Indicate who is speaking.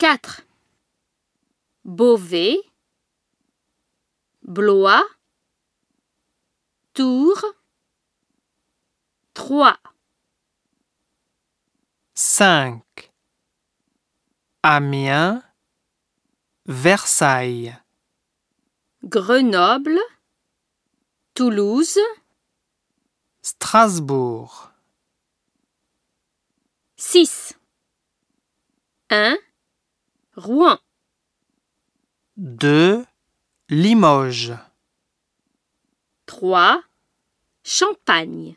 Speaker 1: 4. Beauvais, Blois, Tours, 3,
Speaker 2: 5. Amiens, Versailles,
Speaker 1: Grenoble, Toulouse,
Speaker 2: Strasbourg,
Speaker 1: 6. 1. Rouen,
Speaker 2: 2. Limoges.
Speaker 1: 3. Champagne.